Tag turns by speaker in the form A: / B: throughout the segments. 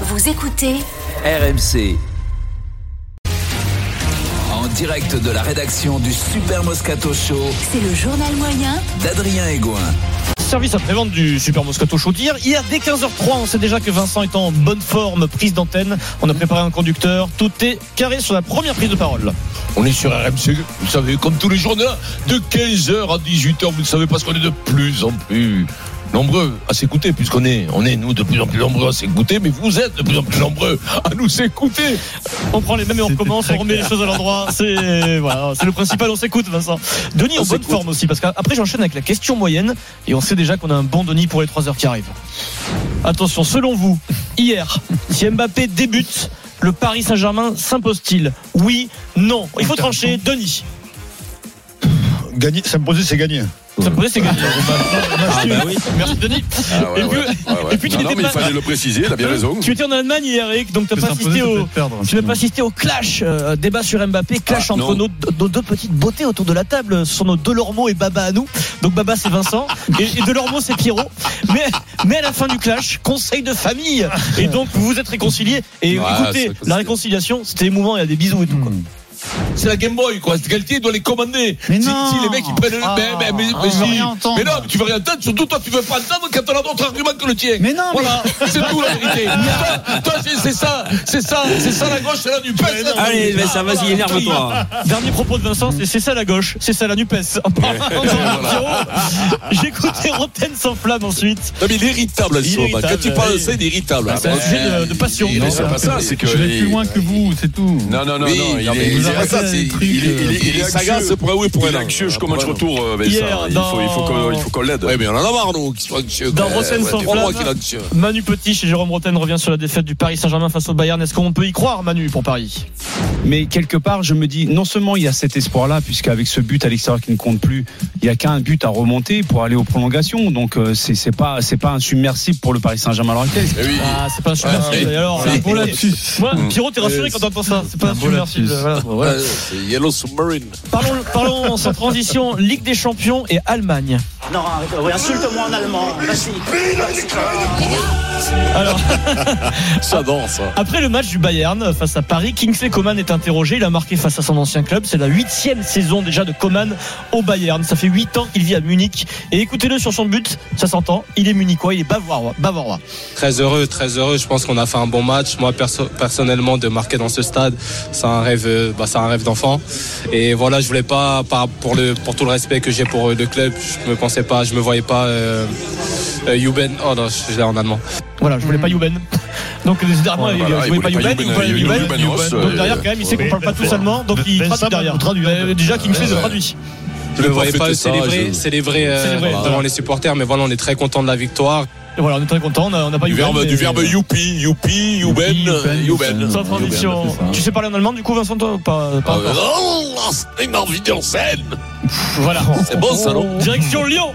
A: Vous écoutez
B: RMC. En direct de la rédaction du Super Moscato Show
A: C'est le journal moyen
B: d'Adrien Egoin.
C: Service après-vente du Super Moscato Show d'hier. Hier, dès 15h03, on sait déjà que Vincent est en bonne forme, prise d'antenne. On a préparé un conducteur. Tout est carré sur la première prise de parole.
D: On est sur RMC, vous savez, comme tous les journaux, de 15h à 18h, vous le savez, parce qu'on est de plus en plus nombreux à s'écouter, puisqu'on est, on est, nous, de plus en plus nombreux à s'écouter, mais vous êtes de plus en plus nombreux à nous écouter.
C: On prend les mêmes et on recommence, on remet les choses à l'endroit. C'est voilà, c'est le principal, on s'écoute, Vincent. Denis en bonne
D: s'écoute.
C: forme aussi, parce qu'après, j'enchaîne avec la question moyenne. Et on sait déjà qu'on a un bon Denis pour les 3 heures qui arrivent. Attention, selon vous, hier, si Mbappé débute, le Paris Saint-Germain s'impose-t-il Oui, non. Il faut trancher, Denis.
E: Gagner, s'imposer, c'est gagner.
C: Ça me posait, c'est gagné. Merci, merci Denis.
F: bah Ah ouais,
C: et puis,
F: ouais, ouais, ouais.
C: et puis tu
F: non, non,
C: n'étais
F: mais il
C: pas. Hein
F: fallait le préciser, il a bien raison.
C: Tu étais en Allemagne hier, Eric, donc t'as pas assisté au. Tu n'as pas assisté au clash, euh, débat sur Mbappé, clash
F: Ah,
C: entre nos,
F: non.
C: nos deux petites beautés autour de la table, ce sont nos Delormeau et Baba à nous. Donc Baba c'est Vincent et, et Delormeau c'est Pierrot. Mais, mais à la fin du clash, conseil de famille. Et donc vous vous êtes réconciliés. Et
F: Ouais,
C: écoutez,
F: c'est-
C: la réconciliation, c'était émouvant, il y a des bisous et tout. Quoi.
D: C'est la Game Boy, quoi. C'est Galtier, il doit les commander.
G: Mais
D: si,
G: non.
D: si les mecs, ils prennent le.
G: Ah.
D: mais, mais, mais,
G: Ah,
D: mais
G: je veux
D: si.
G: rien entendre.
D: Mais non, mais tu veux rien entendre, surtout toi, tu veux pas entendre quand on a d'autres arguments que le tien.
G: Mais non, mais-
D: Voilà, c'est tout la vérité. toi, toi, c'est- c'est ça, c'est ça, c'est ça la gauche, c'est la NUPES.
H: Allez, mais ça, vas-y, énerve-toi.
C: Dernier propos de Vincent, c'est c'est ça la gauche, c'est ça la Nupes. En parlant de Pierrot, J'écoutais Rotten sans flamme ensuite.
F: Non, mais il est irritable,
C: Il est
F: ce moment.
C: irritable,
F: Quand tu parles,
C: oui.
F: c'est il est irritable.
C: C'est un sujet euh, de, de passion.
F: Euh, Il est c'est pas ça, c'est que.
E: Je vais
F: il-
E: plus loin que vous, c'est tout.
F: Non, non, non,
D: Oui,
F: non, il
D: non, mais
F: est-
D: vous
F: il est
E: arrêtez
F: ça, c'est-
E: les trucs,
F: il est- il est- il
E: euh,
F: est sagace pour un oui, pour un
E: Il est
F: non.
E: anxieux,
F: je commence retour,
D: euh,
C: mais ça, Hier, il faut- dans- il faut qu'on- il faut
F: l'aide.
D: Ouais, mais on en a marre, nous, qu'ils soient anxieux.
C: Dans
D: quoi.
C: Rotten
D: Ouais,
C: sans
D: c'est pas moi
C: flamme.
D: qui l'anxieux.
C: Manu Petit chez Jérôme Rotten revient sur la défaite du Paris Saint-Germain face au Bayern. Est-ce qu'on peut y croire, Manu, pour Paris
I: Mais quelque part, je me dis, non seulement il y a cet espoir-là, puisqu'avec ce but à l'extérieur qui ne compte plus, il n'y a qu'un but à remonter pour aller aux prolongations. Donc, euh, c'est c'est pas, c'est pas insubmersible pour le Paris Saint-Germain. Alors, qu'est-ce-
D: Eh oui.
C: Ah, c'est pas un
D: submersible.
C: Et alors,
D: C'est un beau
C: Moi, Pierrot, t'es rassuré quand t'entends ça. C'est pas un submersible. Voilà.
G: Euh,
D: Ouais, c'est Yellow Submarine.
C: Parlons, parlons sans transition Ligue des Champions et Allemagne.
H: Non, arrête, ouais, insulte-moi en allemand. Vas-y.
C: Alors,
F: J'adore
G: hein.
F: ça.
C: après le match du Bayern face à Paris, Kingsley Coman est interrogé. Il a marqué face à son ancien club. C'est la huitième saison déjà de Coman au Bayern. Ça fait huit ans qu'il vit à Munich. Et écoutez-le sur son but, ça s'entend. Il est munichois, il est bavarois. bavarois.
J: Très heureux, très heureux. Je pense qu'on a fait un bon match. Moi, perso- personnellement, de marquer dans ce stade, c'est un rêve, euh, bah, c'est un rêve d'enfant. Et voilà, je voulais pas, par- pour le, pour tout le respect que j'ai pour euh, le club, je me pensais pas, je me voyais pas. Euh, euh, Juben, oh non, je, je l'ai en allemand.
C: Voilà, je voulais
F: Hmm.
C: pas Youben. Donc les dernièrement,
F: Voilà,
C: il
F: Oh il
C: voulait
F: voulait
C: pas Youben,
F: pas
C: il
F: Youben,
C: voulait
F: il
C: Youben.
F: voulait Youben,
C: Youben.
F: Youben,
C: Donc
F: euh,
C: derrière, quand même, il sait qu'on
E: Ben
C: parle pas tous
E: Sam
C: allemand, donc il
E: Ben
C: traduit
E: Sam
C: derrière.
E: nous traduit.
C: Ben, Déjà, Kingsley le traduit.
J: Je me
F: pas
J: voyais
F: fait
J: pas
F: tout ça,
J: célébrer,
F: je-
J: célébrer euh,
C: Célébrer,
J: devant
C: voilà.
J: les supporters, mais voilà, on est très content de la victoire.
C: Et voilà, on est très content, on a on a pas
F: Du
C: Youben,
F: verbe,
C: mais-
F: du verbe youpi, youpi, youben,
E: youpen,
F: youben.
C: Sans transition.
E: c'est ça.
C: Tu sais parler en allemand du coup, Vincent toi, ou pas, pas
D: Ah,
C: encore
D: Oh, c'est une envie d'en scène.
C: Voilà.
D: C'est bon, ça, non
C: Direction Lyon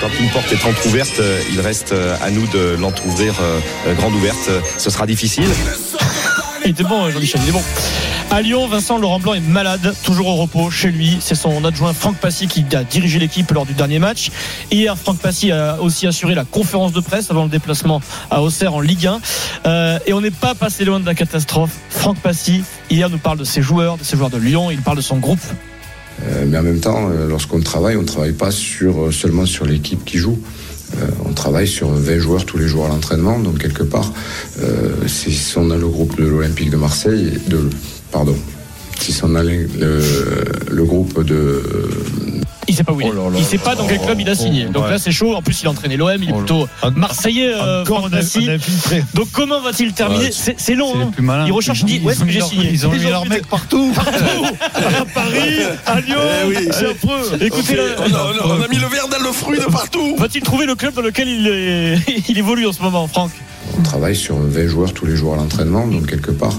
K: Quand une porte est entrouverte, euh, il reste euh, à nous de l'entrouvrir euh, euh, grande ouverte. Euh, Ce sera difficile.
C: Il était bon, hein, Jean-Michel, il est bon. À Lyon, Vincent Laurent Blanc est malade, toujours au repos chez lui. C'est son adjoint Franck Passy qui a dirigé l'équipe lors du dernier match. Hier, Franck Passy a aussi assuré la conférence de presse avant le déplacement à Auxerre en Ligue 1. Euh, et on n'est pas passé loin de la catastrophe. Franck Passy, hier, nous parle de ses joueurs, de ses joueurs de Lyon. Il parle de son groupe.
K: mais en même temps, lorsqu'on travaille, on ne travaille pas seulement sur l'équipe qui joue. on travaille sur 20 joueurs tous les jours à l'entraînement. Donc, quelque part, si on a le groupe de l'Olympique de Marseille, de, pardon, si on a le, groupe de,
C: Il sait pas où il est.
E: Oh là là
C: il sait pas dans quel club il a signé. Donc
E: ouais.
C: là, c'est chaud. En plus, il a entraîné l'OM. Il est
E: Oh là.
C: plutôt marseillais, euh,
E: Encore,
C: Franck
E: on a,
C: Passy.
E: on a filtré.
C: Donc comment va-t-il terminer C'est c'est long.
E: C'est les
C: hein.
E: plus malins.
C: Il recherche, il dit,
E: Ils
C: ouais,
E: ont
C: c'est que
E: mis
C: j'ai
E: leur-
C: signé.
E: Ils ont
C: Ils
E: mis
C: ont
E: leurs
C: mis-
E: mecs partout.
C: à Paris, à Lyon. c'est affreux. Eh Écoutez,
F: On
C: le-
F: fait- on a- on a- on a mis le verre dans le fruit de partout.
C: va-t-il trouver le club dans lequel il, est- il évolue en ce moment, Franck
K: On travaille sur 20 joueurs tous les jours à l'entraînement, donc quelque part,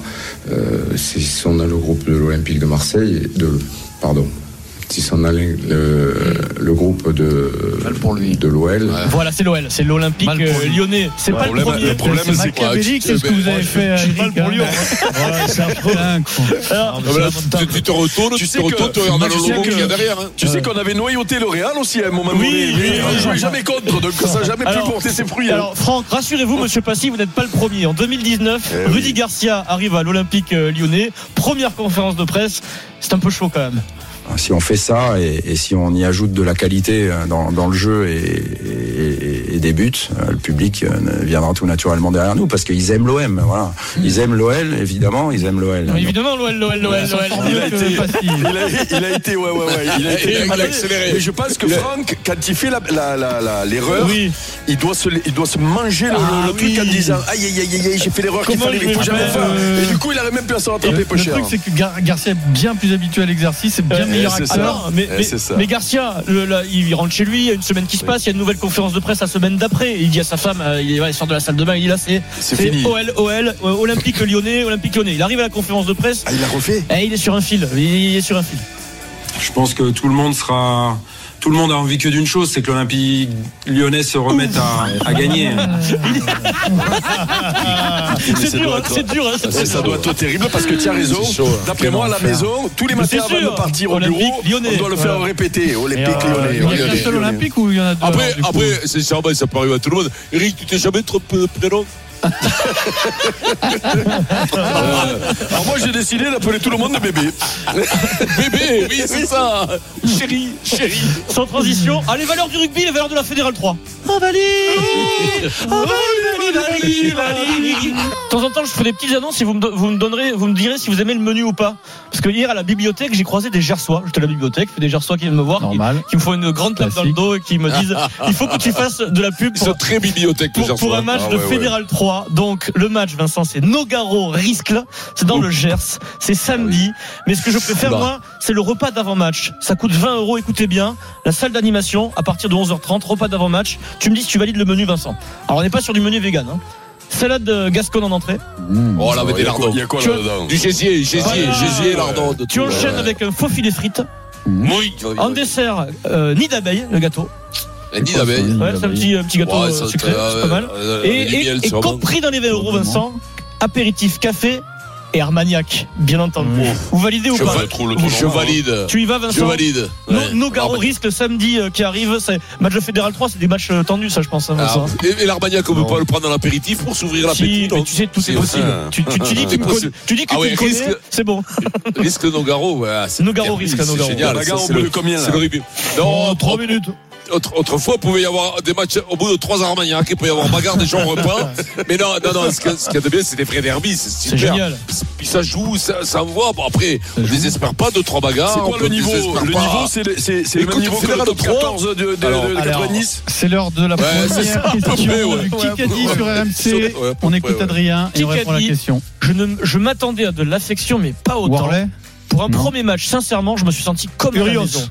K: euh, si on a le groupe de l'Olympique de Marseille, de, pardon, si c'en allait le, le groupe de, de l'OL.
C: Euh, Voilà, c'est l'OL, c'est l'Olympique
K: Mal pour
C: euh,
K: lui.
C: lyonnais. C'est
K: Ouais,
C: pas
K: problème-
C: le premier.
K: le problème, c'est quoi
C: machiavélique, c'est ce que
F: Ben,
C: vous avez
F: moi,
C: fait. euh,
F: je- je suis mal pour Lyon.
C: Alors,
G: bah
F: Ah, mais là, tu, tu te retournes, tu,
C: Tu sais
F: te retournes,
C: que-
F: tu regardes le
C: tu sais
F: logo
C: que-
F: qu'il y a derrière. hein.
C: Tu sais Ouais. qu'on
F: avait noyauté le Real aussi à un moment
C: Oui, oui,
F: on
C: oui.
F: jouait jamais contre, donc ça n'a jamais
C: Alors,
F: pu porter ses fruits. hein.
C: Alors, Franck, rassurez-vous, monsieur Passy, vous n'êtes pas le premier. En 2019,
F: oui.
C: Rudy Garcia arrive à l'Olympique euh, lyonnais. Première conférence de presse. C'est un peu chaud quand même.
G: Si on fait ça et, et si on y ajoute de la qualité euh, dans, dans le jeu et, et- et des buts, euh, le public euh, viendra tout naturellement derrière nous parce qu'ils aiment l'OM. Voilà.
F: Mm.
G: Ils aiment l'OL, évidemment, ils aiment l'OL.
C: Évidemment, l'OL, l'OL, l'OL,
F: Il a, été,
C: l'OL.
F: il, a, il a été, ouais, ouais, ouais. Il a été
D: Il a
F: malade.
D: accéléré.
F: Mais je pense que
D: Il a-
F: Franck, quand il fait la- la- la- la- l'erreur,
C: Oui.
F: il, doit se, il doit se manger le, le-
C: Ah
F: le truc
C: oui.
F: en disant Aïe, aïe, aïe, aïe, j'ai fait l'erreur qu'il
C: Comment
F: fallait
C: je
F: il faut
C: vais
F: jamais
C: faire,
F: faire.
C: euh,
F: Et du coup, il arrive même plus à se
L: Et
F: rattraper, pas
L: le
F: cher.
L: truc, c'est que Gar- Garcia est bien plus habitué à l'exercice, c'est bien
C: Eh,
L: meilleur
F: hein. c'est
L: acteur.
C: Alors, mais, mais- mais Garcia, le- là, il rentre chez lui, il y a une semaine qui se passe, il y a une nouvelle conférence de presse la semaine d'après. Il dit à sa femme, euh, il, est- ouais, il sort de la salle de bain, il dit là c'est
F: C'est
C: c'est
F: fini.
C: OL, OL, euh, Olympique Lyonnais, Olympique Lyonnais. Il arrive à la conférence de presse.
F: Ah, il l'a refait
C: et Il est sur un fil, il est sur un fil.
M: Je pense que tout le monde sera. Tout le monde a envie que d'une chose, c'est que l'Olympique lyonnais se remette à, à gagner.
F: Mais ça
C: hein,
F: doit être-
C: Ah,
F: Ça, ça doit être terrible parce que tu as raison.
M: C'est chaud, hein.
F: D'après moi, à la
M: Quel enfer.
F: maison, tous les
M: Mais
F: matins
M: c'est
F: avant
M: sûr.
F: de partir au
M: Olympique,
F: bureau,
M: Lyonnais.
F: on doit le faire
M: Voilà.
F: répéter. Olympique
M: Et, euh,
F: lyonnais.
M: il y a qu'un
F: Lyonnais.
M: seul Olympique ou il y en a deux,
D: Après,
C: Ah,
M: alors, du coup
D: après c'est charmant, ça peut arriver à tout le monde. Eric, tu t'es jamais trompé de prénom
F: Alors moi j'ai décidé d'appeler tout le monde bébé.
D: bébé, oui, c'est ça. Chérie, chérie.
C: Sans transition, ah, les valeurs du rugby, les valeurs de la Fédérale 3. Oh, Bali Oh, Bali, Bali, Bali, Bali De temps en temps, je ferai des petites annonces et vous me, don- vous me donnerez, vous me direz si vous aimez le menu ou pas. Parce que hier à la bibliothèque, j'ai croisé des Gersois. J'étais à la bibliothèque, des Gersois qui viennent me voir, qui, qui me font une grande tape dans le dos et qui me disent il faut que tu fasses de la pub pour,
D: très bibliothèque,
C: pour,
D: les Gersois.
C: pour un match
D: Ah,
C: de
D: ouais, ouais.
C: Fédéral 3. Donc le match, Vincent, c'est Nogaro-Riscle. C'est dans le Gers. C'est samedi. Mais ce que je préfère,
D: Ah Oula.
C: moi, c'est le repas d'avant-match. Ça coûte 20 euros, écoutez bien. La salle d'animation, à partir de 11h30, repas d'avant-match. Tu me dis si tu valides le menu, Vincent. Alors, on n'est pas sur du menu vegan. Hein. Salade euh, gasconne en entrée.
D: Oh là, mais des
F: Il y a quoi-
D: lardons.
F: il y a quoi
D: Tu-
F: là-dedans
D: Du gésier, gésier,
C: Voilà.
D: gésier,
F: euh,
D: lardons.
C: Tu enchaînes avec un faux filet frites.
D: Oui.
C: En dessert, euh, nid d'abeille, le gâteau.
D: La nid d'abeille.
C: Ouais, c'est un petit, un petit gâteau
D: Ouais,
C: euh,
D: ça,
C: sucré,
D: euh,
C: c'est pas mal.
D: euh,
C: et
D: les
C: et-
D: miels,
C: et
D: c'est vraiment-
C: compris dans les 20 euros, Vincent, apéritif, café et Armagnac, bien entendu. Vous validez ou
D: Je
C: pas
D: valide, trouve le tournoi. Je valide.
C: Tu y vas, Vincent
D: Je valide.
C: No-
D: Ouais. Ah,
C: Nogaro risque le samedi euh, qui arrive. C'est match de Fédéral 3, c'est des matchs euh, tendus, ça, je pense. hein, Vincent.
D: Alors, ah, et et l'Armagnac, on peut pas le prendre dans l'apéritif pour s'ouvrir
C: Si,
D: l'appétit.
C: mais
D: non
C: tu sais, tout
D: C'est
C: est possible. Tu- tu- tu dis que tu me
D: possible.
C: connais- tu dis que
D: Ah
C: tu
D: ouais,
C: me connais,
D: risque-
C: c'est bon.
D: Risque Nogaro, ouais. ah, c'est
C: Nogaro
D: terrible,
C: risque, Nogaro. Oh,
D: C'est génial.
C: Nogaro,
D: ça,
C: au
D: c'est
C: bout
D: le-
C: de combien,
D: c'est
C: là
D: le
F: hein.
D: rugby. Non, 3 minutes. Autre, autrefois, il pouvait y avoir des matchs au bout de 3 Armagnac, il peut y avoir bagarre, des gens repas. Mais non, non, non, ce qu'il y a de bien, c'est des vrais derbys, c'est super.
F: génial.
D: Puis ça joue, ça, ça envoie. Bon, après, on ne désespère pas de 3 bagarres.
F: C'est quoi
D: on
F: Ah, le
D: ne
F: niveau
D: désespère
F: Le
D: pas.
F: niveau, c'est le- c'est- c'est le même
D: Écoute,
F: niveau que
D: Fédéral
F: le top
D: 3.
F: 14 de- de- de-
D: Alors,
F: de- de
D: alors,
F: 90.
L: C'est l'heure de la
D: Ouais, c'est ça, à
L: première
D: peu près,
L: question
D: ouais.
L: du Kikadi
D: Ouais,
L: sur
D: ouais.
L: RMC.
D: Ouais, à peu
L: On
D: près,
L: écoute
D: ouais.
L: Adrien et on répond à la
C: Kikadi,
L: question.
C: Je, ne- je m'attendais à de l'affection, mais pas autant.
L: Warley
C: Pour un premier match, sincèrement, je me suis senti comme à la maison.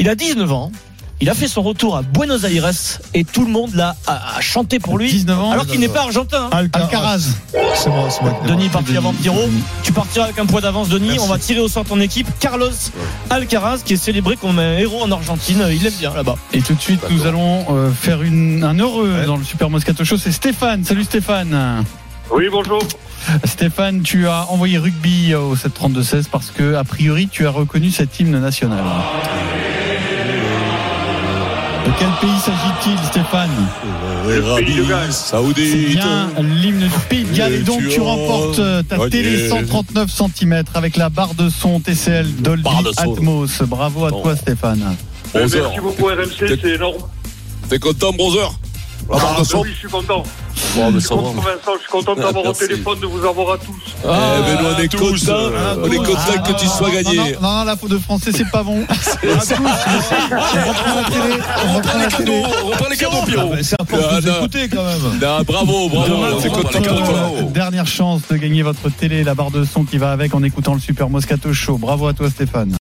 C: Il a 19 ans. Il a fait son retour à Buenos Aires et tout le monde l'a a, a chanté pour lui.
L: 19 ans.
C: alors qu'il n'est pas argentin. hein.
L: Alcaraz. C'est moi, c'est moi.
C: Denis est parti avant Pierrot. Tu partiras avec un poids d'avance, Denis. On va tirer au sort ton équipe. Carlos Alcaraz, qui est célébré comme un héros en Argentine. Il l'aime bien là-bas.
L: Et tout de suite, nous allons euh, faire une, un heureux dans le Super Moscato Show. C'est Stéphane. Salut Stéphane.
N: Oui, bonjour.
L: Stéphane, tu as envoyé rugby euh, au 732-16 parce que, a priori, tu as reconnu cet hymne national. De quel pays s'agit-il, Stéphane C'est
D: Saoudite.
L: bien l'hymne du Pays de Galles. Et donc,
D: tu
L: tu remportes euh, ta
D: gagné.
L: télé 139 cm avec la barre de son TCL Dolby
D: Barre de son.
L: Atmos. Bravo à toi, Stéphane.
D: Bronzer.
N: Merci beaucoup RMC, c'est énorme.
D: T'es content, Bronzer La barre
N: Ah,
D: de
N: ben
D: son
N: oui, je suis content.
D: Bon,
N: je
D: mais
N: suis
D: ça va.
N: content, Vincent, je suis content d'avoir au
D: Merci.
N: téléphone, de vous avoir à tous.
D: Eh ben, nous, on est content, on est content que tu sois
L: Non, non,
D: gagné.
L: non, non, la faute de français, c'est pas bon.
F: On reprend les cadeaux, on reprend les cadeaux, Pierrot.
L: bah, C'est à
D: Ah,
L: force de
D: non.
L: vous écouter quand même.
D: Ah, Non, bravo, bravo.
L: Demain,
D: on
L: c'est
D: reprend
L: votre,
D: les cadeaux.
L: euh, dernière chance de gagner votre télé, la barre de son qui va avec en écoutant le Super Moscato Show. Bravo à toi Stéphane.